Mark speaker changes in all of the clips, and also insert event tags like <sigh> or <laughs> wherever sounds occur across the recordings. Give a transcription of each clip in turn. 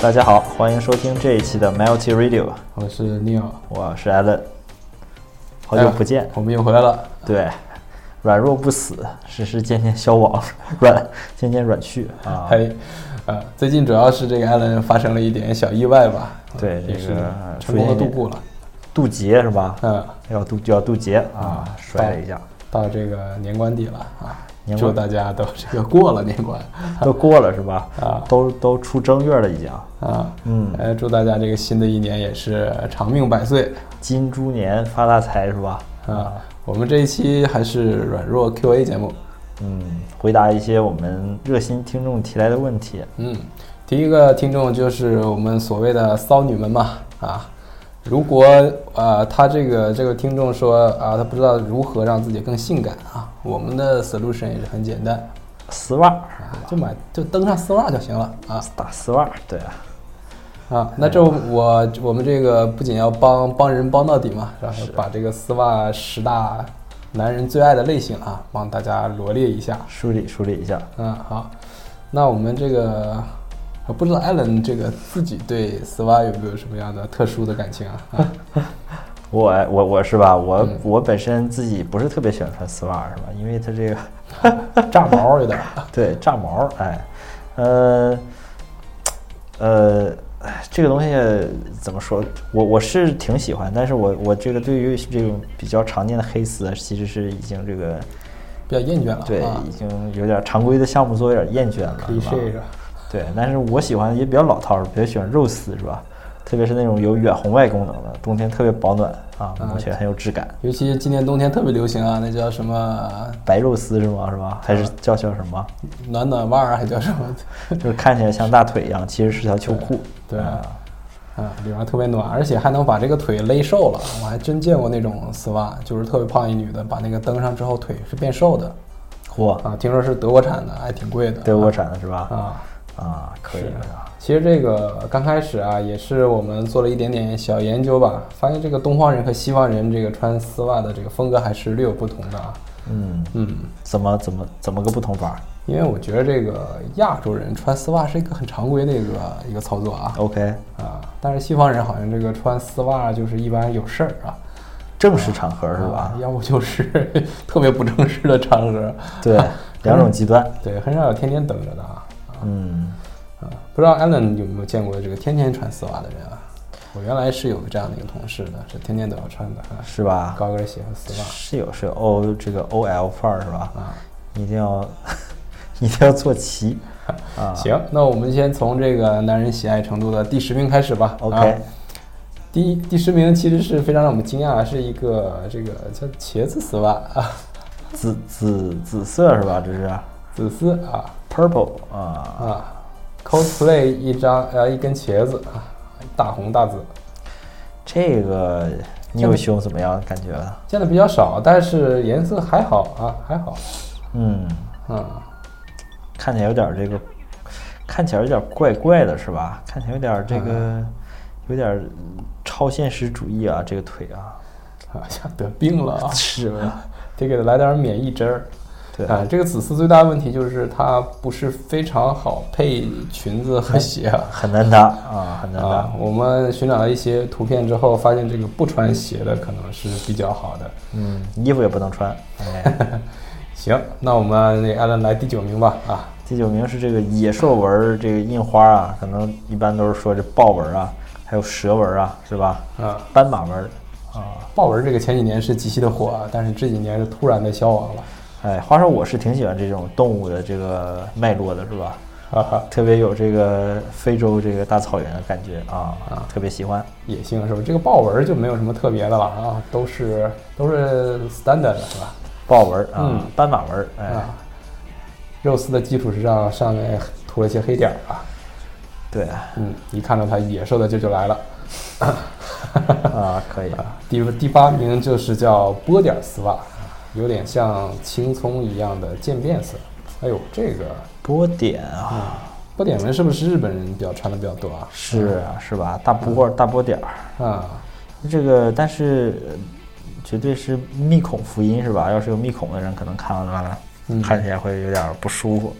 Speaker 1: 大家好，欢迎收听这一期的 Melty Radio，
Speaker 2: 我是 Neil，
Speaker 1: 我是 Allen，好久不见，
Speaker 2: 哎我们又回来了。
Speaker 1: 对，软弱不死，时时渐渐消亡，软渐渐软去啊。
Speaker 2: 嘿，呃，最近主要是这个 Allen 发生了一点小意外吧？啊
Speaker 1: 对
Speaker 2: 也
Speaker 1: 这
Speaker 2: 是
Speaker 1: 个
Speaker 2: 成
Speaker 1: 出现
Speaker 2: 功的
Speaker 1: 一
Speaker 2: 度
Speaker 1: 点
Speaker 2: 过了。
Speaker 1: 渡劫是吧？
Speaker 2: 嗯，
Speaker 1: 要渡就要渡劫啊，摔了一下，
Speaker 2: 到这个年关底了啊，
Speaker 1: 年
Speaker 2: 祝
Speaker 1: 关
Speaker 2: 大家都这个过了年关
Speaker 1: 都过了是吧？
Speaker 2: 哎啊
Speaker 1: 都都出正月了已经，
Speaker 2: 啊。
Speaker 1: 嗯
Speaker 2: 呃，祝大家这个新的一年也是长命百岁
Speaker 1: 金猪年发大财是吧？
Speaker 2: 啊！我们这一期还是软弱 Q&A 节目，
Speaker 1: 嗯，回答一些我们热心听众提来的问题。
Speaker 2: 嗯，第一个听众就是我们所谓的骚女们嘛啊，如果呃他这个这个听众说啊、他不知道如何让自己更性感啊，我们的 solution 也是很简单
Speaker 1: 丝袜，
Speaker 2: 啊，就买就登上丝袜就行了啊
Speaker 1: 打丝袜，对啊，
Speaker 2: 啊，那这我我们这个不仅要帮帮人帮到底嘛，然后把这个丝袜十大男人最爱的类型啊，帮大家罗列一下。
Speaker 1: 梳理梳理一下。
Speaker 2: 嗯，好，那我们这个啊不知道艾伦这个自己对丝袜有没有什么样的特殊的感情啊？啊
Speaker 1: 我我我是吧？我、我本身自己不是特别喜欢穿丝袜，是吧？因为它这个
Speaker 2: <laughs> 炸毛有点儿。
Speaker 1: 对炸毛，哎，呃呃，哎这个东西怎么说？我我是挺喜欢，但是我我这个对于这种比较常见的黑丝，啊其实是已经这个
Speaker 2: <laughs> 比较厌倦了，
Speaker 1: 对
Speaker 2: 啊
Speaker 1: 已，经有点常规的项目做有点厌倦了，
Speaker 2: 离
Speaker 1: 是吧
Speaker 2: 睡是吧？
Speaker 1: 对，但是我喜欢也比较老套儿，比较喜欢肉丝是吧？特别是那种有远红外功能的，冬天特别保暖啊，摸起来很有质感。
Speaker 2: 尤其今年冬天特别流行啊，那叫什么
Speaker 1: 白肉丝是吗？是吧？还是叫叫什么？
Speaker 2: 暖暖袜儿啊，还叫什么？ <laughs>
Speaker 1: 就是看起来像大腿一样，其实是条秋裤。
Speaker 2: 对啊，啊，里面特别暖，而且还能把这个腿勒瘦了。我还真见过那种丝袜，就是特别胖一女的，把那个登上之后腿是变瘦的
Speaker 1: 嚯，
Speaker 2: 啊。听说是德国产的，还挺贵的。
Speaker 1: 德国产的是吧？
Speaker 2: 啊，
Speaker 1: 啊，可以啊。
Speaker 2: 其实这个刚开始啊，也是我们做了一点点小研究吧，发现这个东方人和西方人这个穿丝袜的这个风格还是略有不同的啊。
Speaker 1: 嗯，
Speaker 2: 嗯，
Speaker 1: 怎么怎么怎么个不同法儿
Speaker 2: 因为我觉得这个亚洲人穿丝袜是一个很常规的一个一个操作啊
Speaker 1: ？OK，
Speaker 2: 啊，但是西方人好像这个穿丝袜就是一般有事儿啊，
Speaker 1: 正式场合是吧
Speaker 2: 啊？要不就是 <laughs> 特别不正式的场合，
Speaker 1: 对，
Speaker 2: 啊
Speaker 1: 两种极端。
Speaker 2: 对，很少有天天等着的啊。
Speaker 1: 嗯，
Speaker 2: 啊，不知道 Allen 有没有见过这个天天穿丝袜的人啊？我原来是有个这样的一个同事的，是天天都要穿的啊，
Speaker 1: 是吧？
Speaker 2: 高跟鞋和丝袜。
Speaker 1: 是有是有 O 这个 OL 范儿是吧？
Speaker 2: 啊，
Speaker 1: 一定要 <laughs> 一定要做齐啊。
Speaker 2: 行，那我们先从这个男人喜爱程度的第十名开始吧。
Speaker 1: OK，、
Speaker 2: 啊第一第十名其实是非常让我们惊讶，是一个这个叫茄子丝袜啊，
Speaker 1: 紫紫紫色是吧？这是
Speaker 2: 紫丝啊
Speaker 1: purple 啊，
Speaker 2: 啊，cosplay 一张呃一根茄子啊，大红大紫。
Speaker 1: 这个你有胸怎么样？感觉呢？
Speaker 2: 见的比较少，但是颜色还好啊，还好，
Speaker 1: 嗯，
Speaker 2: 嗯，
Speaker 1: 看起来有点这个，看起来有点怪怪的是吧？看起来有点这个，
Speaker 2: 啊
Speaker 1: 有点超现实主义啊，这个腿啊，
Speaker 2: 啊，像得病了啊，
Speaker 1: 是吧？
Speaker 2: <laughs> 得给他来点免疫针儿。
Speaker 1: 对
Speaker 2: 啊，这个紫丝最大的问题就是它不是非常好配裙子和鞋啊。
Speaker 1: <laughs> 很难搭啊，很难搭。
Speaker 2: 啊，我们寻找了一些图片之后，发现这个不穿鞋的可能是比较好的。
Speaker 1: 嗯，衣服也不能穿。哎
Speaker 2: <laughs> 行，那我们那艾伦来第九名吧。啊，
Speaker 1: 第九名是这个野兽纹儿，这个印花啊，可能一般都是说这豹纹儿啊，还有蛇纹儿啊，是吧？
Speaker 2: 啊，
Speaker 1: 斑马纹儿啊，
Speaker 2: 豹纹这个前几年是极其的火啊，但是这几年是突然的消亡了。
Speaker 1: 哎，话说我是挺喜欢这种动物的这个脉络的，是吧？
Speaker 2: 哈哈，
Speaker 1: 特别有这个非洲这个大草原的感觉啊，
Speaker 2: 啊
Speaker 1: 特别喜欢。
Speaker 2: 野性是吧？这个豹纹就没有什么特别的了啊，都是都是 standard 的是吧？
Speaker 1: 豹纹儿啊，
Speaker 2: 嗯
Speaker 1: 斑马纹儿，哎，
Speaker 2: 啊，肉丝的基础之上，上面涂了些黑点儿啊。
Speaker 1: 对
Speaker 2: <laughs> 嗯，一看到它野兽的劲儿就来了。
Speaker 1: 啊，可以。
Speaker 2: 啊，第第八名就是叫波点儿丝袜，有点像青葱一样的渐变色。哎呦，这个
Speaker 1: 波点
Speaker 2: 嗯
Speaker 1: 啊，
Speaker 2: 波点纹是不是日本人比较穿的比较多啊？
Speaker 1: 是啊，是吧？大波
Speaker 2: 嗯
Speaker 1: 大波点儿，
Speaker 2: 啊，
Speaker 1: 这个但是呃绝对是密孔福音是吧？要是有密孔的人，可能看完了、
Speaker 2: 嗯
Speaker 1: 看起来会有点不舒服。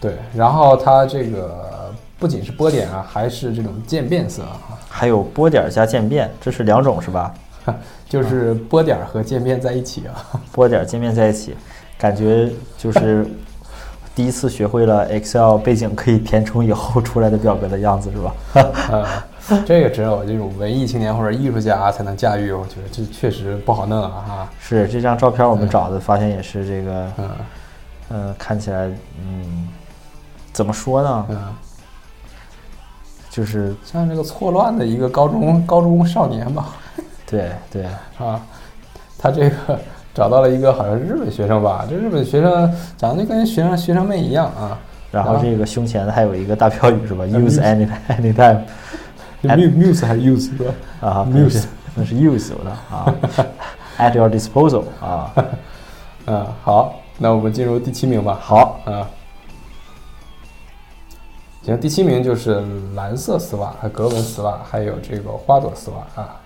Speaker 2: 对。然后它这个不仅是波点啊，还是这种渐变色啊，
Speaker 1: 还有波点儿加渐变，这是两种是吧？
Speaker 2: <laughs> 就是波点儿和渐变在一起啊。
Speaker 1: 波点儿渐变在一起，感觉就是
Speaker 2: <laughs>
Speaker 1: 第一次学会了 Excel 背景可以填充以后出来的表格的样子是
Speaker 2: <laughs>
Speaker 1: 吧？
Speaker 2: 呃， <laughs> 这个只有这种文艺青年或者艺术家啊才能驾驭，我觉得这确实不好弄啊啊。
Speaker 1: 是这张照片我们找的，发现也是这个，
Speaker 2: 嗯
Speaker 1: 嗯、看起来，嗯，怎么说呢？
Speaker 2: 嗯，
Speaker 1: 就是
Speaker 2: 像这个错乱的一个高中高中少年吧，
Speaker 1: 对对，
Speaker 2: 啊，他这个找到了一个好像是日本学生吧，这日本学生长得就跟学生学生妹一样啊，
Speaker 1: 然后
Speaker 2: 啊
Speaker 1: 这个胸前还有一个大标语是吧
Speaker 2: 嗯
Speaker 1: ？Use any <laughs> anytime
Speaker 2: 就
Speaker 1: 哎
Speaker 2: muse muse 还是 use 是吧？
Speaker 1: 啊，不是
Speaker 2: Muse
Speaker 1: 那是 use 我的啊 <laughs> ，at your disposal 啊。
Speaker 2: 嗯，好，那我们进入第七名吧。
Speaker 1: 好，
Speaker 2: 啊，行，第七名就是蓝色丝袜、还有格纹丝袜，还有这个花朵丝袜啊。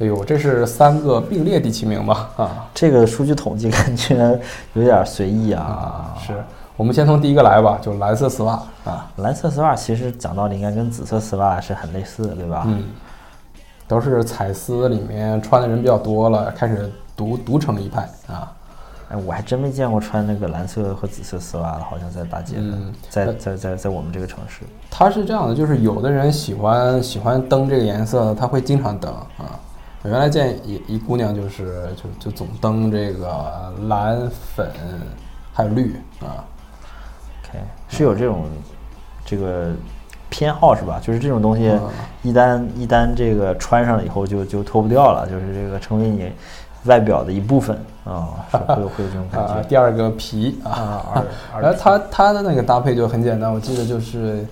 Speaker 2: 哎呦，这是三个并列第七名吧？啊
Speaker 1: 这个数据统计 <laughs> 感觉有点随意啊。
Speaker 2: 是我们先从第一个来吧，就蓝色丝袜啊，
Speaker 1: 蓝色丝袜其实讲道理应该跟紫色丝袜是很类似的，对吧？
Speaker 2: 嗯，都是彩丝里面穿的人比较多了，开始独独成一派啊。
Speaker 1: 哎，我还真没见过穿那个蓝色和紫色丝袜的，好像在大街上，
Speaker 2: 嗯
Speaker 1: 在
Speaker 2: 呃
Speaker 1: 在在在我们这个城市。
Speaker 2: 它是这样的，就是有的人喜欢喜欢登这个颜色的，他会经常登啊。我原来见一一姑娘就是就就总登这个蓝粉还有绿啊，
Speaker 1: OK，是有这种这个偏好是吧？就是这种东西
Speaker 2: 嗯，
Speaker 1: 一旦一旦这个穿上了以后就，就脱不掉了，就是这个成为你外表的一部分啊、是会有会有这种感
Speaker 2: 啊，
Speaker 1: 觉。
Speaker 2: 第二个皮
Speaker 1: <laughs>
Speaker 2: 啊，
Speaker 1: 啊，二
Speaker 2: 然后它它的那个搭配就很简单，我记得就是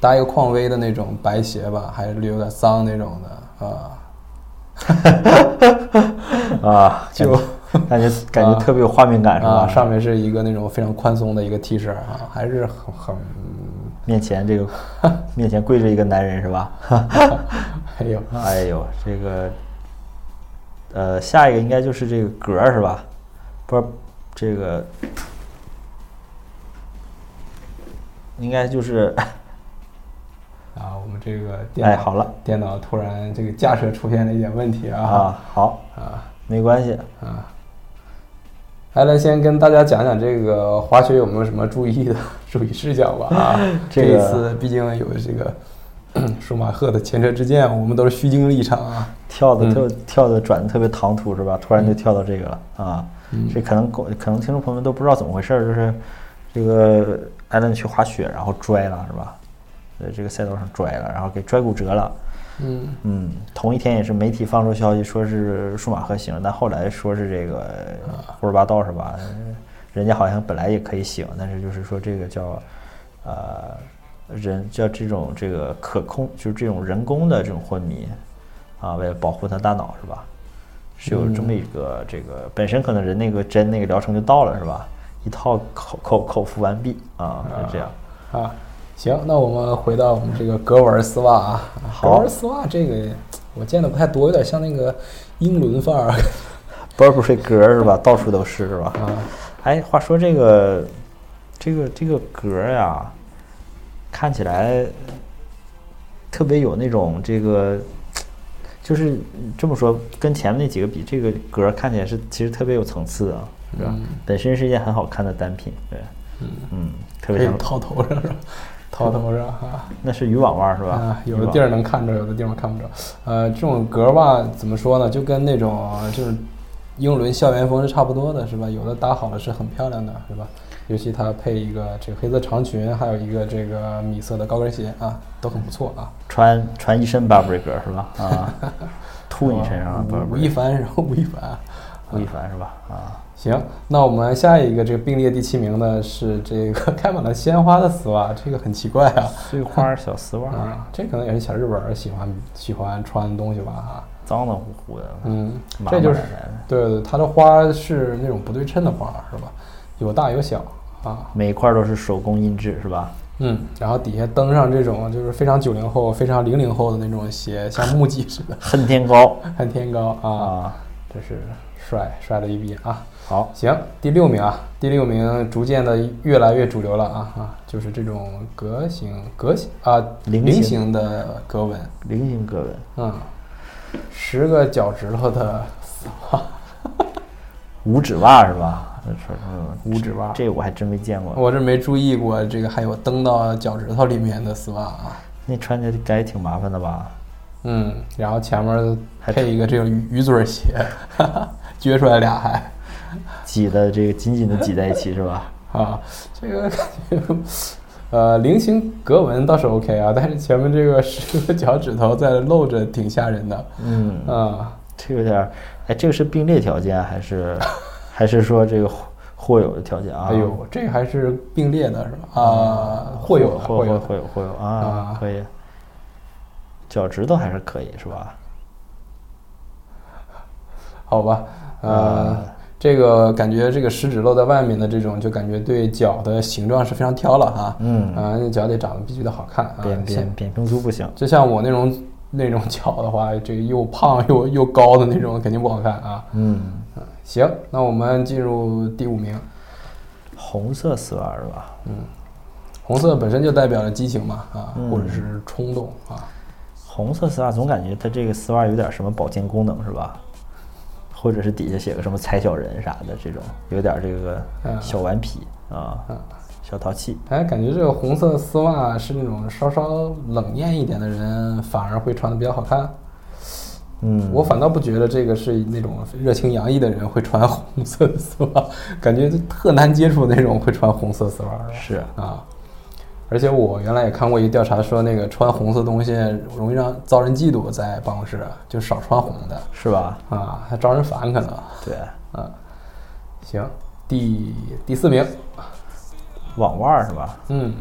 Speaker 2: 搭一个匡威的那种白鞋吧，还是有点脏那种的啊，
Speaker 1: 二啊，
Speaker 2: 就
Speaker 1: 感觉感觉
Speaker 2: 啊
Speaker 1: 特别有画面感是吧？
Speaker 2: 啊上面是一个那种非常宽松的一个 T 恤啊，还是很很 <laughs>
Speaker 1: 面前这个面前跪着一个男人是吧？ <laughs>
Speaker 2: 哎呦
Speaker 1: 哎呦，这个，呃，下一个应该就是这个格儿是吧？不是这个，应该就是，
Speaker 2: 啊，我们这个电
Speaker 1: 哎，
Speaker 2: 脑
Speaker 1: 好了
Speaker 2: 电脑突然这个架设出现了一点问题啊
Speaker 1: 啊，好，
Speaker 2: 啊
Speaker 1: 没关系。
Speaker 2: 啊！还来先跟大家讲讲这个滑雪有没有什么注意的注意事项吧啊！
Speaker 1: <laughs> 这
Speaker 2: 这
Speaker 1: 个
Speaker 2: 一次毕竟有这个 <clears throat> 咳舒马赫的前车之鉴，我们都是虚惊了一场啊！
Speaker 1: 跳的特、跳的转的特别唐突是吧？突然就跳到这个了啊！这可能可能听众朋友们都不知道怎么回事儿，就是这个艾伦去滑雪，然后摔了是吧？在这个赛道上摔了，然后给摔骨折了。
Speaker 2: 嗯
Speaker 1: 嗯，同一天也是媒体放出消息说是数码合行，但后来说是这个胡说八道是吧？人家好像本来也可以行，但是就是说这个叫呃人叫这种这个可控，就是这种人工的这种昏迷啊，为了保护他大脑是吧？是有这么一个这个本身可能人那个针那个疗程就到了是吧？一套口口口服完毕啊，是这样。
Speaker 2: 啊，行，那我们回到我们这个格纹丝袜啊，格
Speaker 1: 好
Speaker 2: 纹丝袜这个我见的不太多，有点像那个英伦范儿
Speaker 1: Burberry 格儿是吧？到处都是是吧？
Speaker 2: 啊。
Speaker 1: 哎，话说这个，这个这个格儿呀，看起来特别有那种这个，就是这么说，跟前面那几个比，这个格儿看起来是其实特别有层次啊，是吧？
Speaker 2: 嗯
Speaker 1: 本身是一件很好看的单品，对，
Speaker 2: 嗯
Speaker 1: 嗯，特
Speaker 2: 可
Speaker 1: 别
Speaker 2: 以
Speaker 1: 像，
Speaker 2: <laughs> 套头上是吧？套头上啊。
Speaker 1: 那是渔网袜儿是吧？
Speaker 2: 啊，有
Speaker 1: 渔
Speaker 2: 的
Speaker 1: 网
Speaker 2: 地儿能看着，有的地方看不着。呃，这种格袜怎么说呢？就跟那种就是英伦校园风是差不多的，是吧？有的搭好了是很漂亮的，是吧？尤其它配一个这个黑色长裙，还有一个这个米色的高跟鞋啊，都很不错啊。
Speaker 1: 穿穿一身 Burberry 格儿是吧？
Speaker 2: <laughs>
Speaker 1: 啊，吐你身上了
Speaker 2: 吴吴亦
Speaker 1: Burberry，
Speaker 2: 凡，然后吴亦凡。啊
Speaker 1: 吴亦凡是吧？啊，
Speaker 2: 行，那我们下一个这个并列第七名呢是这个开满了鲜花的丝袜，这个很奇怪啊。
Speaker 1: 碎花儿小丝袜儿，
Speaker 2: 啊，这可能也是小日本儿喜欢喜欢穿的东西吧啊。
Speaker 1: 脏脏乎乎的，
Speaker 2: 嗯，
Speaker 1: 麻
Speaker 2: 这
Speaker 1: 麻
Speaker 2: 就是
Speaker 1: 然然的
Speaker 2: 对对，它的花是那种不对称的花，是吧？有大有小啊。
Speaker 1: 每一块儿都是手工印制，是吧？，
Speaker 2: 嗯，然后底下登上这种就是非常九零后、非常零零后的那种鞋，像木屐似的 <laughs>
Speaker 1: 恨天高
Speaker 2: 恨天高啊。
Speaker 1: 啊，
Speaker 2: 真是帅帅了一逼啊！
Speaker 1: 好，
Speaker 2: 行，第六名啊，第六名逐渐的越来越主流了啊啊，就是这种格型格型啊
Speaker 1: 菱
Speaker 2: 菱
Speaker 1: 形
Speaker 2: 形的格纹，
Speaker 1: 菱形格纹，
Speaker 2: 嗯，十个脚趾头的丝袜，
Speaker 1: 五指袜是吧？那是嗯，
Speaker 2: 五指袜，
Speaker 1: 这我还真没见过，
Speaker 2: 我这没注意过，这个还有蹬到脚趾头里面的丝袜啊，
Speaker 1: 那穿起来该挺麻烦的吧？
Speaker 2: 嗯，然后前面
Speaker 1: 还
Speaker 2: 配一个这种鱼鱼嘴鞋，哈哈，撅出来俩还。
Speaker 1: 挤的这个紧紧的挤在一起是
Speaker 2: <laughs>
Speaker 1: 吧？
Speaker 2: 啊，这个感觉，呃，菱形格纹倒是 OK 啊，但是前面这个十个脚趾头在露着，挺吓人的。
Speaker 1: 嗯，
Speaker 2: 啊，
Speaker 1: 这有点儿，哎，这个是并列条件还
Speaker 2: <laughs>
Speaker 1: 是还是说这个或或有的条件啊？
Speaker 2: 哎呦，这还是并列的是吧？啊，或有的
Speaker 1: 或
Speaker 2: 有
Speaker 1: 有
Speaker 2: 的
Speaker 1: 或有或有
Speaker 2: 啊
Speaker 1: 啊，可以。脚趾头还是可以是吧？
Speaker 2: 好吧，呃
Speaker 1: 啊，
Speaker 2: 这个感觉这个食指露在外面的这种，就感觉对脚的形状是非常挑了哈。
Speaker 1: 嗯
Speaker 2: 啊，那脚得长得必须得好看啊。
Speaker 1: 扁
Speaker 2: 像
Speaker 1: 扁扁平足不行。
Speaker 2: 就像我那种 <laughs> 那种脚的话，这个又胖又又高的那种肯定不好看啊。
Speaker 1: 嗯，
Speaker 2: 行，那我们进入第五名。
Speaker 1: 红色丝袜是吧？
Speaker 2: 红色本身就代表了激情嘛，啊，
Speaker 1: 嗯
Speaker 2: 或者是冲动啊，
Speaker 1: 红色丝袜总感觉它这个丝袜有点什么保健功能是吧？或者是底下写个什么踩小人啥的这种，有点这个
Speaker 2: 嗯
Speaker 1: 小顽皮啊
Speaker 2: 嗯，
Speaker 1: 小淘气。
Speaker 2: 哎，感觉这个红色丝袜是那种稍稍冷艳一点的人反而会穿的比较好看。
Speaker 1: 嗯，
Speaker 2: 我反倒不觉得这个是那种热情洋溢的人会穿红色的丝袜，感觉就特难接触那种会穿红色丝袜的
Speaker 1: 嗯是
Speaker 2: 啊。而且我原来也看过一个调查，说那个穿红色东西容易让遭人嫉妒，在办公室啊就少穿红的
Speaker 1: 是吧？
Speaker 2: 啊，还招人烦可能。
Speaker 1: 对，
Speaker 2: 啊，行，第第四名，
Speaker 1: 网袜是吧
Speaker 2: 嗯，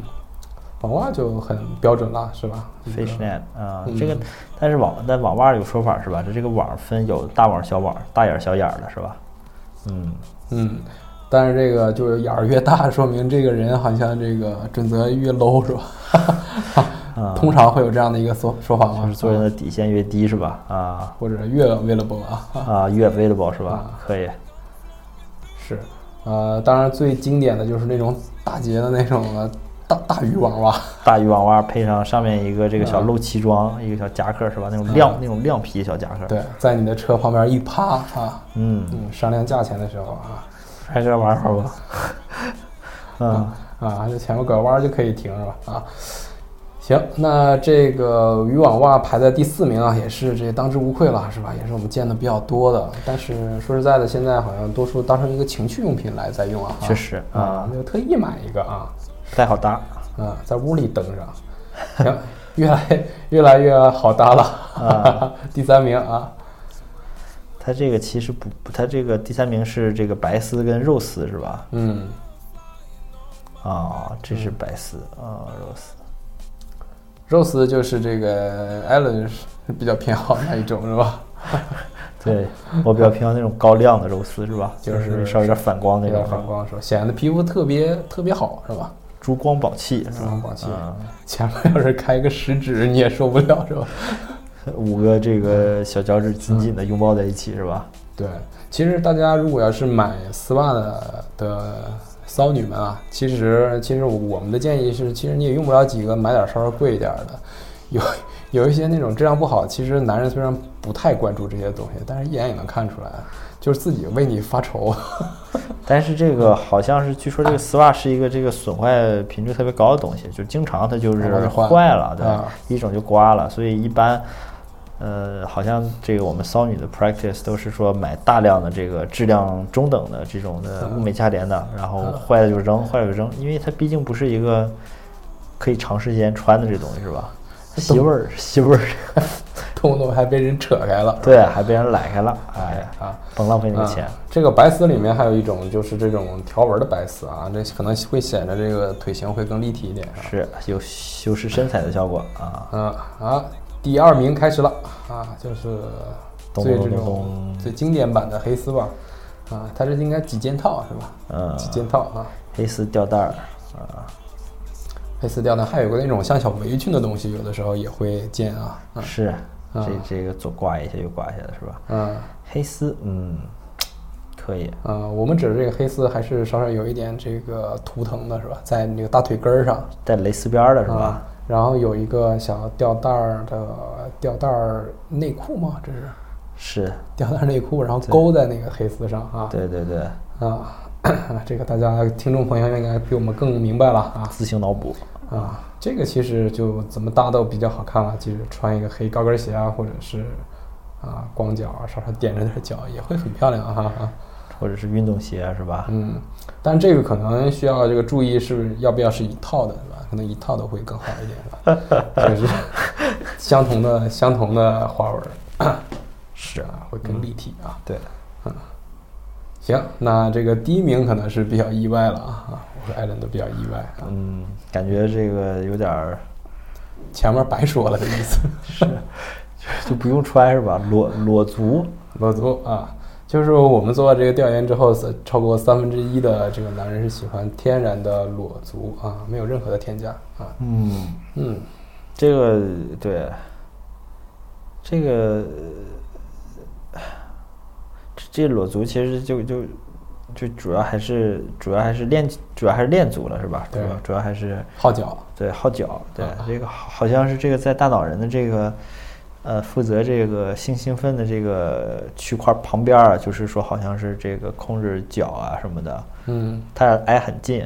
Speaker 2: 网袜就很标准了，是吧？一个
Speaker 1: ？fishnet 啊
Speaker 2: 嗯，
Speaker 1: 这个但是网但网袜有说法是吧？这这个网分有大网小网，大眼儿小眼儿的是吧？嗯，
Speaker 2: 嗯，但是这个就是眼儿越大，说明这个人好像这个准则越 low 是吧？
Speaker 1: 啊
Speaker 2: 通常会有这样的一个说说法
Speaker 1: 就
Speaker 2: 吗啊
Speaker 1: 是？做人的底线越低是吧？啊
Speaker 2: 或者越 available 啊？
Speaker 1: 啊，越 available 是
Speaker 2: 啊
Speaker 1: 吧？可以，
Speaker 2: 是，呃，当然最经典的就是那种打结的那种呃大大渔网袜，
Speaker 1: 大鱼网袜配上上面一个这个小
Speaker 2: 啊
Speaker 1: 露脐装，一个小夹克是吧？那种亮那种亮皮小夹克，
Speaker 2: 对，在你的车旁边一趴啊，
Speaker 1: 嗯，
Speaker 2: 嗯，商量价钱的时候啊。
Speaker 1: 还是玩会儿吧。 <laughs> 嗯，
Speaker 2: 啊，就前面拐弯就可以停是吧？啊，行，那这个渔网袜排在第四名啊，也是这当之无愧了，是吧？也是我们见的比较多的。但是说实在的，现在好像多数当成一个情趣用品来在用啊，
Speaker 1: 确实
Speaker 2: 啊
Speaker 1: 啊，
Speaker 2: 那就特意买一个啊，
Speaker 1: 不太好搭
Speaker 2: 啊，在屋里等着，行，越来越来越好搭了。
Speaker 1: 啊。
Speaker 2: <laughs> 第三名啊，
Speaker 1: 它这个其实不，不它这个第三名是这个白丝跟肉丝是吧？
Speaker 2: 嗯，
Speaker 1: 啊，这是白丝啊，肉丝。
Speaker 2: 肉丝就是这个艾伦是比较偏好那一种是吧？
Speaker 1: 对，我比较偏向那种高亮的肉丝是吧？<laughs>
Speaker 2: 就
Speaker 1: 就是是稍微有点反光那
Speaker 2: 有
Speaker 1: 种
Speaker 2: 点，反光是吧？显得皮肤特别特别好是吧？
Speaker 1: 珠光宝气，
Speaker 2: 珠光宝气
Speaker 1: 啊
Speaker 2: 前面要是开个食指，你也受不了是吧？
Speaker 1: 嗯五个这个小脚趾紧紧的拥抱在一起是吧？
Speaker 2: 对，其实大家如果要是买丝袜的的骚女们啊，其实其实我我们的建议是，其实你也用不了几个，买点稍稍贵一点的。 <laughs> 有有一些那种质量不好，其实男人虽然不太关注这些东西，但是一眼也能看出来，就是自己为你发愁。 <laughs>
Speaker 1: 但是这个好像是，据说这个丝袜是一个这个损坏频率特别高的东西，就经常它就是
Speaker 2: 往里换
Speaker 1: 坏了，对吧
Speaker 2: 啊？
Speaker 1: 一种就刮了，所以一般，呃，好像这个我们骚女的 practice 都是说买大量的这个质量中等的这种的物美价廉的，然后坏了就扔，坏了就扔，因为它毕竟不是一个可以长时间穿的这东西，是吧？吸味 <laughs> 儿，吸味儿，
Speaker 2: 动不动还被人扯开了。
Speaker 1: 对，还被人揽开了，哎 <laughs> 呀，
Speaker 2: 啊，
Speaker 1: 甭浪费那个钱
Speaker 2: 啊。这个白丝里面还有一种就是这种条纹的白丝啊，这可能会显得这个腿型会更立体一点啊。
Speaker 1: 是有修饰身材的效果啊，
Speaker 2: 嗯啊，第二名开始了啊，就是
Speaker 1: 咚
Speaker 2: 最这
Speaker 1: 咚咚
Speaker 2: 种
Speaker 1: 咚
Speaker 2: 最经典版的黑丝袜啊，它这应该几件套是吧？
Speaker 1: 嗯，
Speaker 2: 几件套啊，
Speaker 1: 黑丝吊带儿啊，
Speaker 2: 黑丝吊带，还有个那种像小围裙的东西，有的时候也会见啊。啊
Speaker 1: 是这
Speaker 2: 嗯
Speaker 1: 这个左刮一下右刮一下的是吧？
Speaker 2: 嗯
Speaker 1: 黑丝，嗯，可以，
Speaker 2: 嗯，我们指的这个黑丝还是稍稍有一点这个图腾的是吧？在你那个大腿根儿上
Speaker 1: 带蕾丝边儿的是吧？
Speaker 2: 啊，然后有一个小吊带儿的吊带儿内裤嘛，这是
Speaker 1: 是，
Speaker 2: 吊带儿内裤，然后勾在那个黑丝上啊
Speaker 1: 对对对，
Speaker 2: 啊， <coughs> 这个大家听众朋友应该比我们更明白了啊
Speaker 1: 自行脑补，
Speaker 2: 啊，这个其实就怎么搭都比较好看了，其实穿一个黑高跟鞋啊，或者是啊光脚啊，稍稍点着点脚也会很漂亮啊哈、啊。
Speaker 1: 或者是运动鞋啊是吧？
Speaker 2: 嗯，但这个可能需要这个注意是要不要是一套的，是吧？可能一套的会更好一点，是吧？就是相同的相同的花纹儿 <coughs>
Speaker 1: 是啊，
Speaker 2: 啊，会更立体啊。
Speaker 1: 对，
Speaker 2: 行，那这个第一名可能是比较意外了啊，啊我和艾伦都比较意外啊，
Speaker 1: 嗯，感觉这个有点儿
Speaker 2: 前面白说了的意思。
Speaker 1: 就不用穿是吧？裸裸足，
Speaker 2: 裸足啊，就是我们做这个调研之后，三超过三分之一的这个男人是喜欢天然的裸足啊，没有任何的添加啊。
Speaker 1: 嗯，
Speaker 2: 嗯，
Speaker 1: 这个对，这个呃这这裸足其实就就就主要还是主要还是练主要还是练足了是吧？主
Speaker 2: 对
Speaker 1: 要主要还是
Speaker 2: 号角
Speaker 1: 对号角，对
Speaker 2: 啊
Speaker 1: 这个好好像是这个在大脑人的这个。呃，负责这个性兴奋的这个区块旁边儿啊，就是说好像是这个控制脚啊什么的，
Speaker 2: 嗯
Speaker 1: 它挨很近，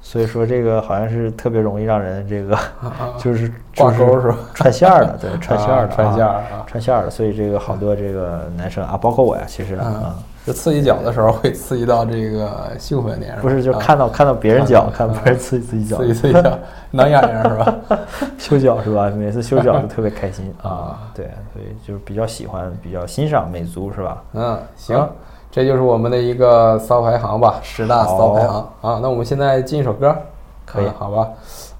Speaker 1: 所以说这个好像是特别容易让人这个
Speaker 2: 啊啊，啊
Speaker 1: <laughs> 就是
Speaker 2: 挂
Speaker 1: 就是
Speaker 2: 钩是吧？
Speaker 1: 串线儿的，对，串线儿的啊，
Speaker 2: 穿线儿啊，
Speaker 1: 串线儿的，所以这个好多这个男生啊，包括我呀，其实啊
Speaker 2: 啊，，就刺激脚的时候会刺激到这个兴奋点，
Speaker 1: 不是就
Speaker 2: 啊
Speaker 1: 看到看到别人脚，看到别人
Speaker 2: 啊
Speaker 1: 刺激自己脚
Speaker 2: 刺，激刺激脚，挠痒痒是吧？
Speaker 1: <laughs> 修脚是吧？每次修脚就特别开
Speaker 2: <laughs>
Speaker 1: 心啊
Speaker 2: 啊，
Speaker 1: 对，所以就是比较喜欢，比较欣赏美足是吧？
Speaker 2: 嗯，行，这就是我们的一个骚排行吧，十大骚排行
Speaker 1: 好
Speaker 2: 啊。那我们现在进一首歌，
Speaker 1: 可以
Speaker 2: 啊好吧？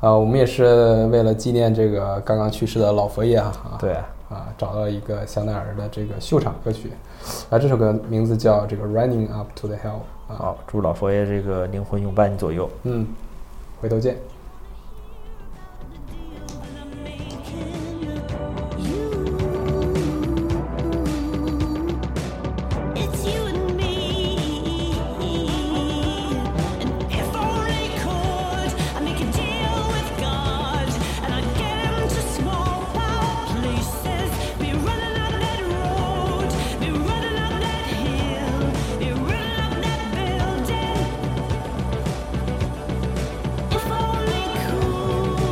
Speaker 2: 啊，我们也是为了纪念这个刚刚去世的老佛爷啊，啊
Speaker 1: 对，
Speaker 2: 啊，找到一个香奈儿的这个秀场歌曲，啊，这首歌名字叫这个 Running Up to the Hill 啊，
Speaker 1: 好，祝老佛爷这个灵魂永伴你左右。
Speaker 2: 嗯，回头见。
Speaker 3: It's you and me, and if only could I make a deal with God and I'd get him to small power places, be running up that road, be running up that hill, be running up that building. If only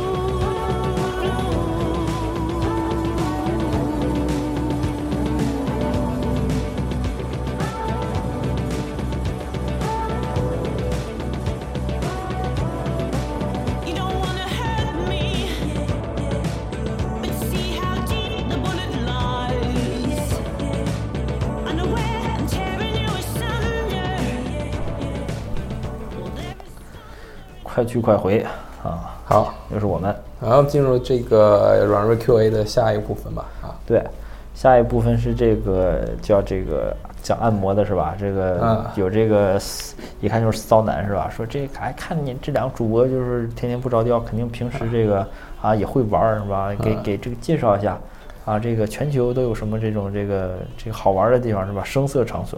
Speaker 3: could. You don't wanna hurt me, but see how deep the bullet lies. Unaware I'm tearing you asunder. Well, there's.
Speaker 1: 快去快回啊，
Speaker 2: 好，
Speaker 1: 又是我们。
Speaker 2: 然后进入这个呃软弱 QA 的下一部分吧啊。
Speaker 1: 对，下一部分是这个叫这个讲按摩的是吧？这个、
Speaker 2: 嗯
Speaker 1: 有这个一看就是骚男是吧？说这还看你这两个主播就是天天不着调，肯定平时这个啊也会玩儿是吧？给给这个介绍一下啊，这个全球都有什么这种这个这个好玩儿的地方是吧？声色场所。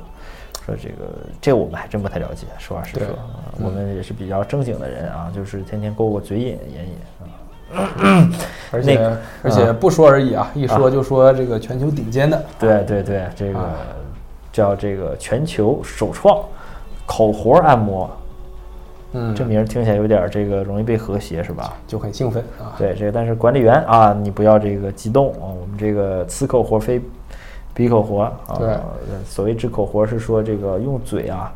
Speaker 1: 说这个，这我们还真不太了解，实话实说
Speaker 2: 对，
Speaker 1: 啊我们也是比较正经的人啊，就是天天勾勾嘴瘾、眼瘾啊。
Speaker 2: 而且、
Speaker 1: 那个
Speaker 2: 而且不说而已啊，一说就说这个全球顶尖的，
Speaker 1: 对对对，这个
Speaker 2: 啊
Speaker 1: 叫这个全球首创口活按摩，
Speaker 2: 嗯，
Speaker 1: 这名儿听起来有点儿这个容易被和谐是吧？
Speaker 2: 就很兴奋啊。
Speaker 1: 对，这个但是管理员啊，你不要这个激动啊，我们这个此口活非彼口活啊。
Speaker 2: 对
Speaker 1: 呃所谓之口活是说这个用嘴啊，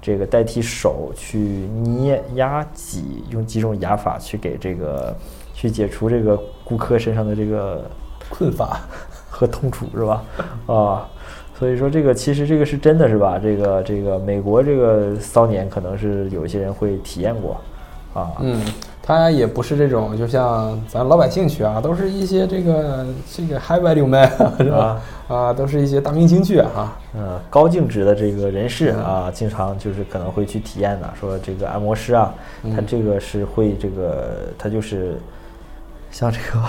Speaker 1: 这个代替手去捏、压、挤，用几种压法去给这个去解除这个顾客身上的这个
Speaker 2: 困乏，
Speaker 1: 和痛楚是吧？啊，所以说这个其实这个是真的是吧？这个这个美国这个骚年可能是有一些人会体验过，啊，
Speaker 2: 嗯，他也不是这种，就像咱老百姓去啊，都是一些这个这个 high value man <laughs> 是吧？啊，都是一些大明星去啊。
Speaker 1: 呃，高净值的这个人士
Speaker 2: 嗯
Speaker 1: 啊，经常就是可能会去体验的，说这个按摩师啊，
Speaker 2: 嗯
Speaker 1: 他这个是会这个，他就是像这个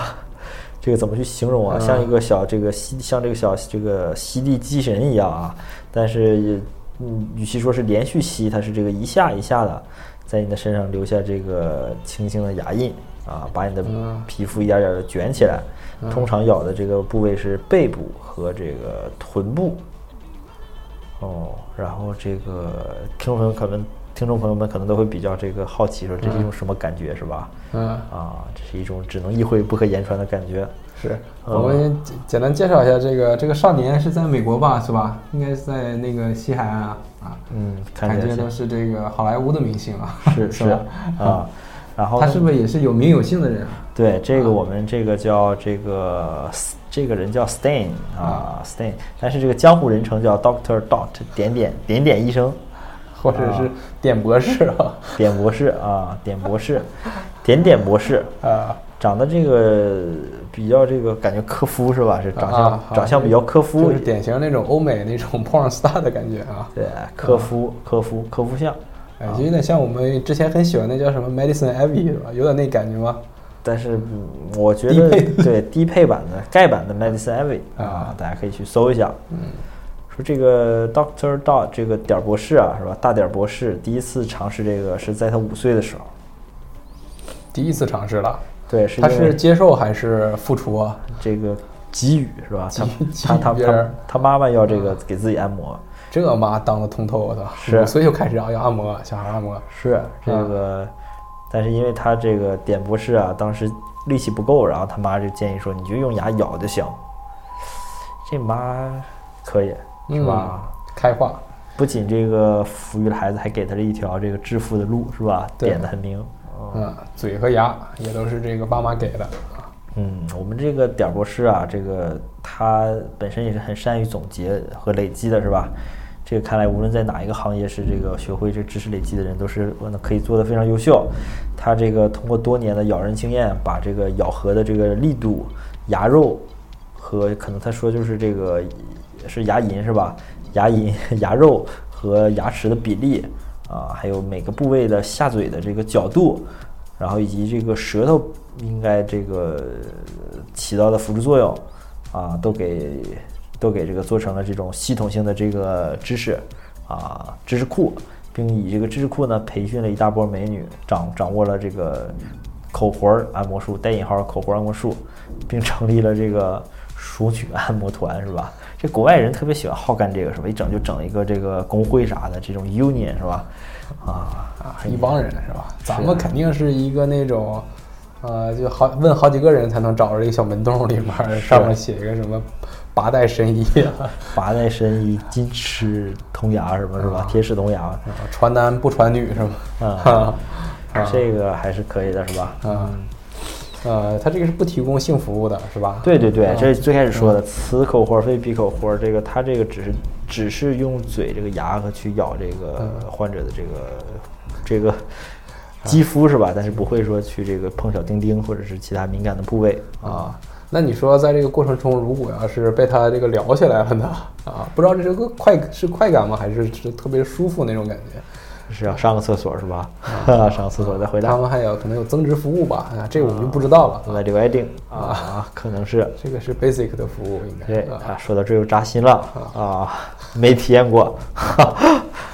Speaker 1: 这个怎么去形容啊？
Speaker 2: 嗯
Speaker 1: 像一个小这个吸，像这个小这个吸地机器人一样啊。但是也，嗯，与其说是连续吸，它是这个一下一下的，在你的身上留下这个轻轻的牙印啊，把你的
Speaker 2: 嗯
Speaker 1: 皮肤一点点的卷起来。通常咬的这个部位是背部和这个臀部。哦，然后这个听众朋友可能听众朋友们可能都会比较这个好奇，说这是一种什么感觉、是吧？
Speaker 2: 嗯，
Speaker 1: 啊，这是一种只能意会不可言传的感觉。
Speaker 2: 是
Speaker 1: 嗯
Speaker 2: 我们简简单介绍一下这个这个少年是在美国吧，是吧？应该是在那个西海岸啊啊，
Speaker 1: 嗯，看
Speaker 2: 感
Speaker 1: 起
Speaker 2: 觉
Speaker 1: 来
Speaker 2: 都是这个好莱坞的明星啊，
Speaker 1: 是 <laughs>
Speaker 2: <laughs>
Speaker 1: 是
Speaker 2: 吧？
Speaker 1: 啊，然后
Speaker 2: 他
Speaker 1: 呢
Speaker 2: 是不是也是有名有姓的人啊？
Speaker 1: 对这个我们这个叫这个这个人叫 Stain 啊
Speaker 2: 嗯
Speaker 1: Stain，但是这个江湖人称叫 Doctor Dot 点点点点医生。
Speaker 2: <laughs> 或者是点博士啊？
Speaker 1: 点博士啊，点博士，点点博士，
Speaker 2: 啊，
Speaker 1: 长得这个比较这个感觉科夫是吧？是长相、
Speaker 2: 啊好
Speaker 1: 长相比较科夫
Speaker 2: 就，是典型那种欧美那种 porn star 的感觉啊。
Speaker 1: 对，科夫、科夫科夫像，
Speaker 2: 哎，就有点像我们之前很喜欢那叫什么 Madison Abbey 是吧？有点那感觉吗？
Speaker 1: 但是嗯我觉得
Speaker 2: 低配
Speaker 1: 对低配版的盖版的 Madison Abbey 啊，大家可以去搜一下。嗯，说这个 Doctor Dot 这个点儿博士啊，是吧？大点儿博士第一次尝试这个是在他五岁的时候，
Speaker 2: 第一次尝试了，
Speaker 1: 对，是
Speaker 2: 他
Speaker 1: 因为
Speaker 2: 是接受还是付出啊？
Speaker 1: 这个给予是吧？他
Speaker 2: 给
Speaker 1: 他他
Speaker 2: 别人
Speaker 1: 他他妈妈要这
Speaker 2: 啊
Speaker 1: 个给自己按摩。
Speaker 2: 这妈当的通透，我操！
Speaker 1: 是
Speaker 2: 五岁就开始要要按摩，小孩按摩，
Speaker 1: 是这个，但是因为他这个点博士啊，当时力气不够，然后他妈就建议说，你就用牙咬就行。这妈可以是吧？
Speaker 2: 开化，
Speaker 1: 不仅这个抚育了孩子，还给他了一条这个致富的路，是吧？
Speaker 2: 对
Speaker 1: 点的很明。
Speaker 2: 嗯，嘴和牙也都是这个爸妈给的，啊
Speaker 1: 嗯，我们这个点儿博士啊，这个他本身也是很善于总结和累积的，是吧？这个看来无论在哪一个行业，是这个学会这知识累积的人，都是呃可以做得非常优秀。他这个通过多年的咬人经验，把这个咬合的这个力度、牙肉和可能他说就是这个是牙龈是吧？牙龈、 <laughs> 牙肉和牙齿的比例啊，还有每个部位的下嘴的这个角度，然后以及这个舌头应该这个呃起到的辅助作用啊，都给都给这个做成了这种系统性的这个知识啊知识库，并以这个知识库呢培训了一大波美女，掌掌握了这个口活儿按摩术（带引号儿口活儿按摩术），并成立了这个熟女按摩团，是吧？这国外人特别喜欢好干这个，是吧？一整就整一个这个工会啥的，这种 union 是吧？啊，
Speaker 2: 啊，一帮人是吧？咱们肯定是一个那种，呃，就好问好几个人才能找着一个小门洞里面儿，上面写一个什么八代神医 <laughs> 啊，
Speaker 1: 拔带身衣，金翅铜牙什么是吧？铁齿铜牙，
Speaker 2: 啊传男不传女是吧？
Speaker 1: 啊，这个还是可以的，是吧？
Speaker 2: 啊，呃，他这个是不提供性服务的是吧？
Speaker 1: 对对对，这是最开始说的，此口活儿非彼口活儿，这个它这个只是只是用嘴这个牙和去咬这个患者的这个这个肌肤是吧？但是不会说去这个碰小丁丁或者是其他敏感的部位啊。
Speaker 2: 啊。那你说，在这个过程中，如果要是被他这个聊起来了呢？啊，不知道这是个快是快感吗？还是是特别舒服那种感觉？
Speaker 1: 是要上个厕所是吧？ <laughs> 上个厕所再回
Speaker 2: 他
Speaker 1: 答。
Speaker 2: 们还有可能有增值服务吧？啊，这个我们就不知道了。
Speaker 1: 那刘爱定啊，可能是
Speaker 2: 这个是 basic 的服务，应该
Speaker 1: 对
Speaker 2: 啊
Speaker 1: 啊，说到这又扎心了啊，没体验过 <laughs>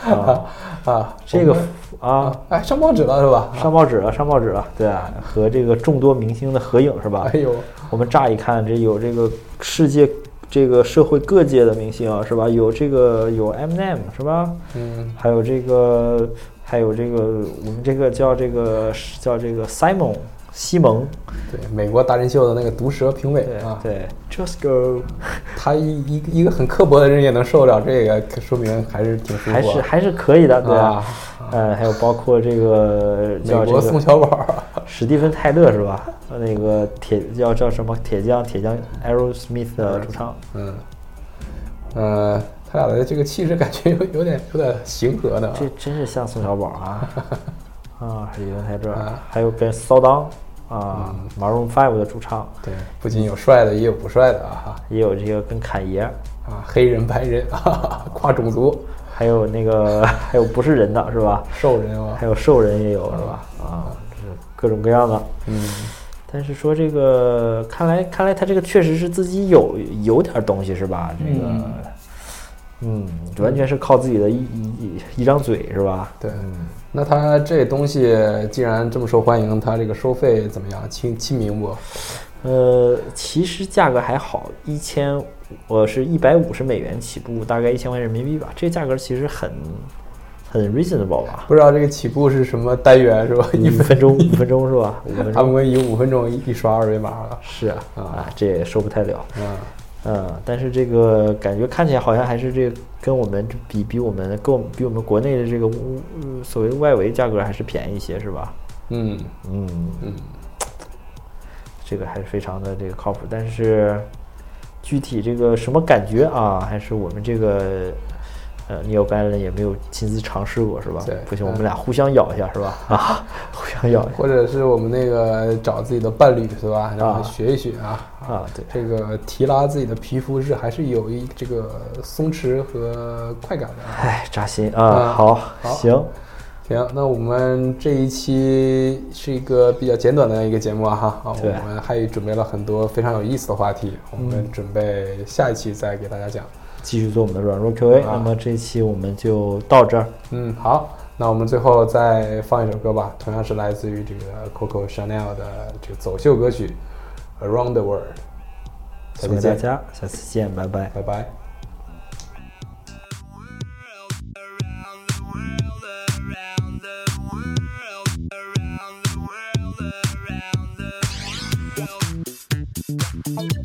Speaker 1: 啊，
Speaker 2: 啊，
Speaker 1: 这个啊，
Speaker 2: 哎上报纸了
Speaker 1: <laughs>
Speaker 2: 是吧？
Speaker 1: 上报纸了，上报纸了，对啊，和这个众多明星的合影是吧？
Speaker 2: 哎呦，
Speaker 1: 我们乍一看，这有这个世界这个社会各界的明星啊，是吧？有这个有 Eminem 是吧？
Speaker 2: 嗯，
Speaker 1: 还有这个还有这个我们这个叫这个叫这个 Simon 西蒙，
Speaker 2: 对，美国达人秀的那个毒舌评委
Speaker 1: 对、
Speaker 2: 啊，
Speaker 1: 对，Just Go，
Speaker 2: 他一一个一个很刻薄的人也能受得了这个，可说明还是挺舒服啊。
Speaker 1: 还是还是可以的，对
Speaker 2: 啊
Speaker 1: 啊，嗯，还有包括这个叫
Speaker 2: 美
Speaker 1: 这
Speaker 2: 国
Speaker 1: 个
Speaker 2: 宋小宝啊
Speaker 1: 史蒂芬泰勒是吧？呃那个铁叫叫什么铁匠铁匠 Aerosmith 的主唱，
Speaker 2: 嗯，呃，他俩的这个气质感觉有有点有点形合的啊
Speaker 1: 这真是像宋小宝啊！
Speaker 2: <laughs>
Speaker 1: 啊，史蒂芬泰勒
Speaker 2: 啊，嗯
Speaker 1: 还有跟骚当啊、Maroon Five 的主唱，
Speaker 2: 对，不仅有帅的，也有不帅的啊
Speaker 1: 也有这个跟侃爷，
Speaker 2: 啊，黑人、白人啊， <laughs> 跨种族，
Speaker 1: 还有那个 <laughs> 还有不是人的是吧？
Speaker 2: 兽人啊
Speaker 1: 还，有兽人也有是吧？啊，这各种各样的。
Speaker 2: 嗯，
Speaker 1: 但是说这个，看来看来他这个确实是自己有有点东西是吧？这个，嗯，完全是靠自己的一一一一张嘴是吧？
Speaker 2: 对，那他这东西既然这么受欢迎，他这个收费怎么样？亲亲民不？
Speaker 1: 呃，其实价格还好，一千，我是一百五十美元起步，大概一千块人民币吧。这个价格其实很很 reasonable 吧？
Speaker 2: 不知道这个起步是什么单元是吧？一
Speaker 1: 五
Speaker 2: 分，
Speaker 1: 分
Speaker 2: <laughs>
Speaker 1: 钟，五分钟是吧？五分
Speaker 2: 他
Speaker 1: 钟
Speaker 2: 们以五分钟一刷二维码了。
Speaker 1: 是啊，
Speaker 2: 啊
Speaker 1: 啊，这也受不太了。
Speaker 2: 嗯，
Speaker 1: 嗯，但是这个感觉看起来好像还是这个跟我们比比我们跟我们比我们国内的这个物呃所谓外围价格还是便宜一些是吧？
Speaker 2: 嗯
Speaker 1: 嗯
Speaker 2: 嗯，
Speaker 1: 这个还是非常的这个靠谱，但是具体这个什么感觉啊，还是我们这个呃 Neil b a l a n 也没有亲自尝试过是吧
Speaker 2: 对？
Speaker 1: 不行，
Speaker 2: 嗯
Speaker 1: 我们俩互相咬一下是吧？ <laughs> 啊，互相咬一下
Speaker 2: 或者是我们那个找自己的伴侣是吧？然后
Speaker 1: 啊
Speaker 2: 学一学啊。
Speaker 1: 啊，对，
Speaker 2: 这个提拉自己的皮肤是还是有一这个松弛和快感的啊。
Speaker 1: 哎，扎心
Speaker 2: 啊
Speaker 1: 啊，好，
Speaker 2: 好
Speaker 1: 行，
Speaker 2: 行，那我们这一期是一个比较简短的一个节目啊哈啊，我
Speaker 1: 对嗯
Speaker 2: 们还准备了很多非常有意思的话题，我们准备下一期再给大家讲。
Speaker 1: 继续做我们的软弱 QA，
Speaker 2: 啊
Speaker 1: 那么这期我们就到这儿。
Speaker 2: 嗯，好，那我们最后再放一首歌吧，同样是来自于这个 Coco Chanel 的这个走秀歌曲《Around the World》，下
Speaker 1: 送
Speaker 2: 期
Speaker 1: 给大
Speaker 2: 见，
Speaker 1: 家，下次见，拜拜。
Speaker 2: 拜拜。
Speaker 3: Around the world, around the world.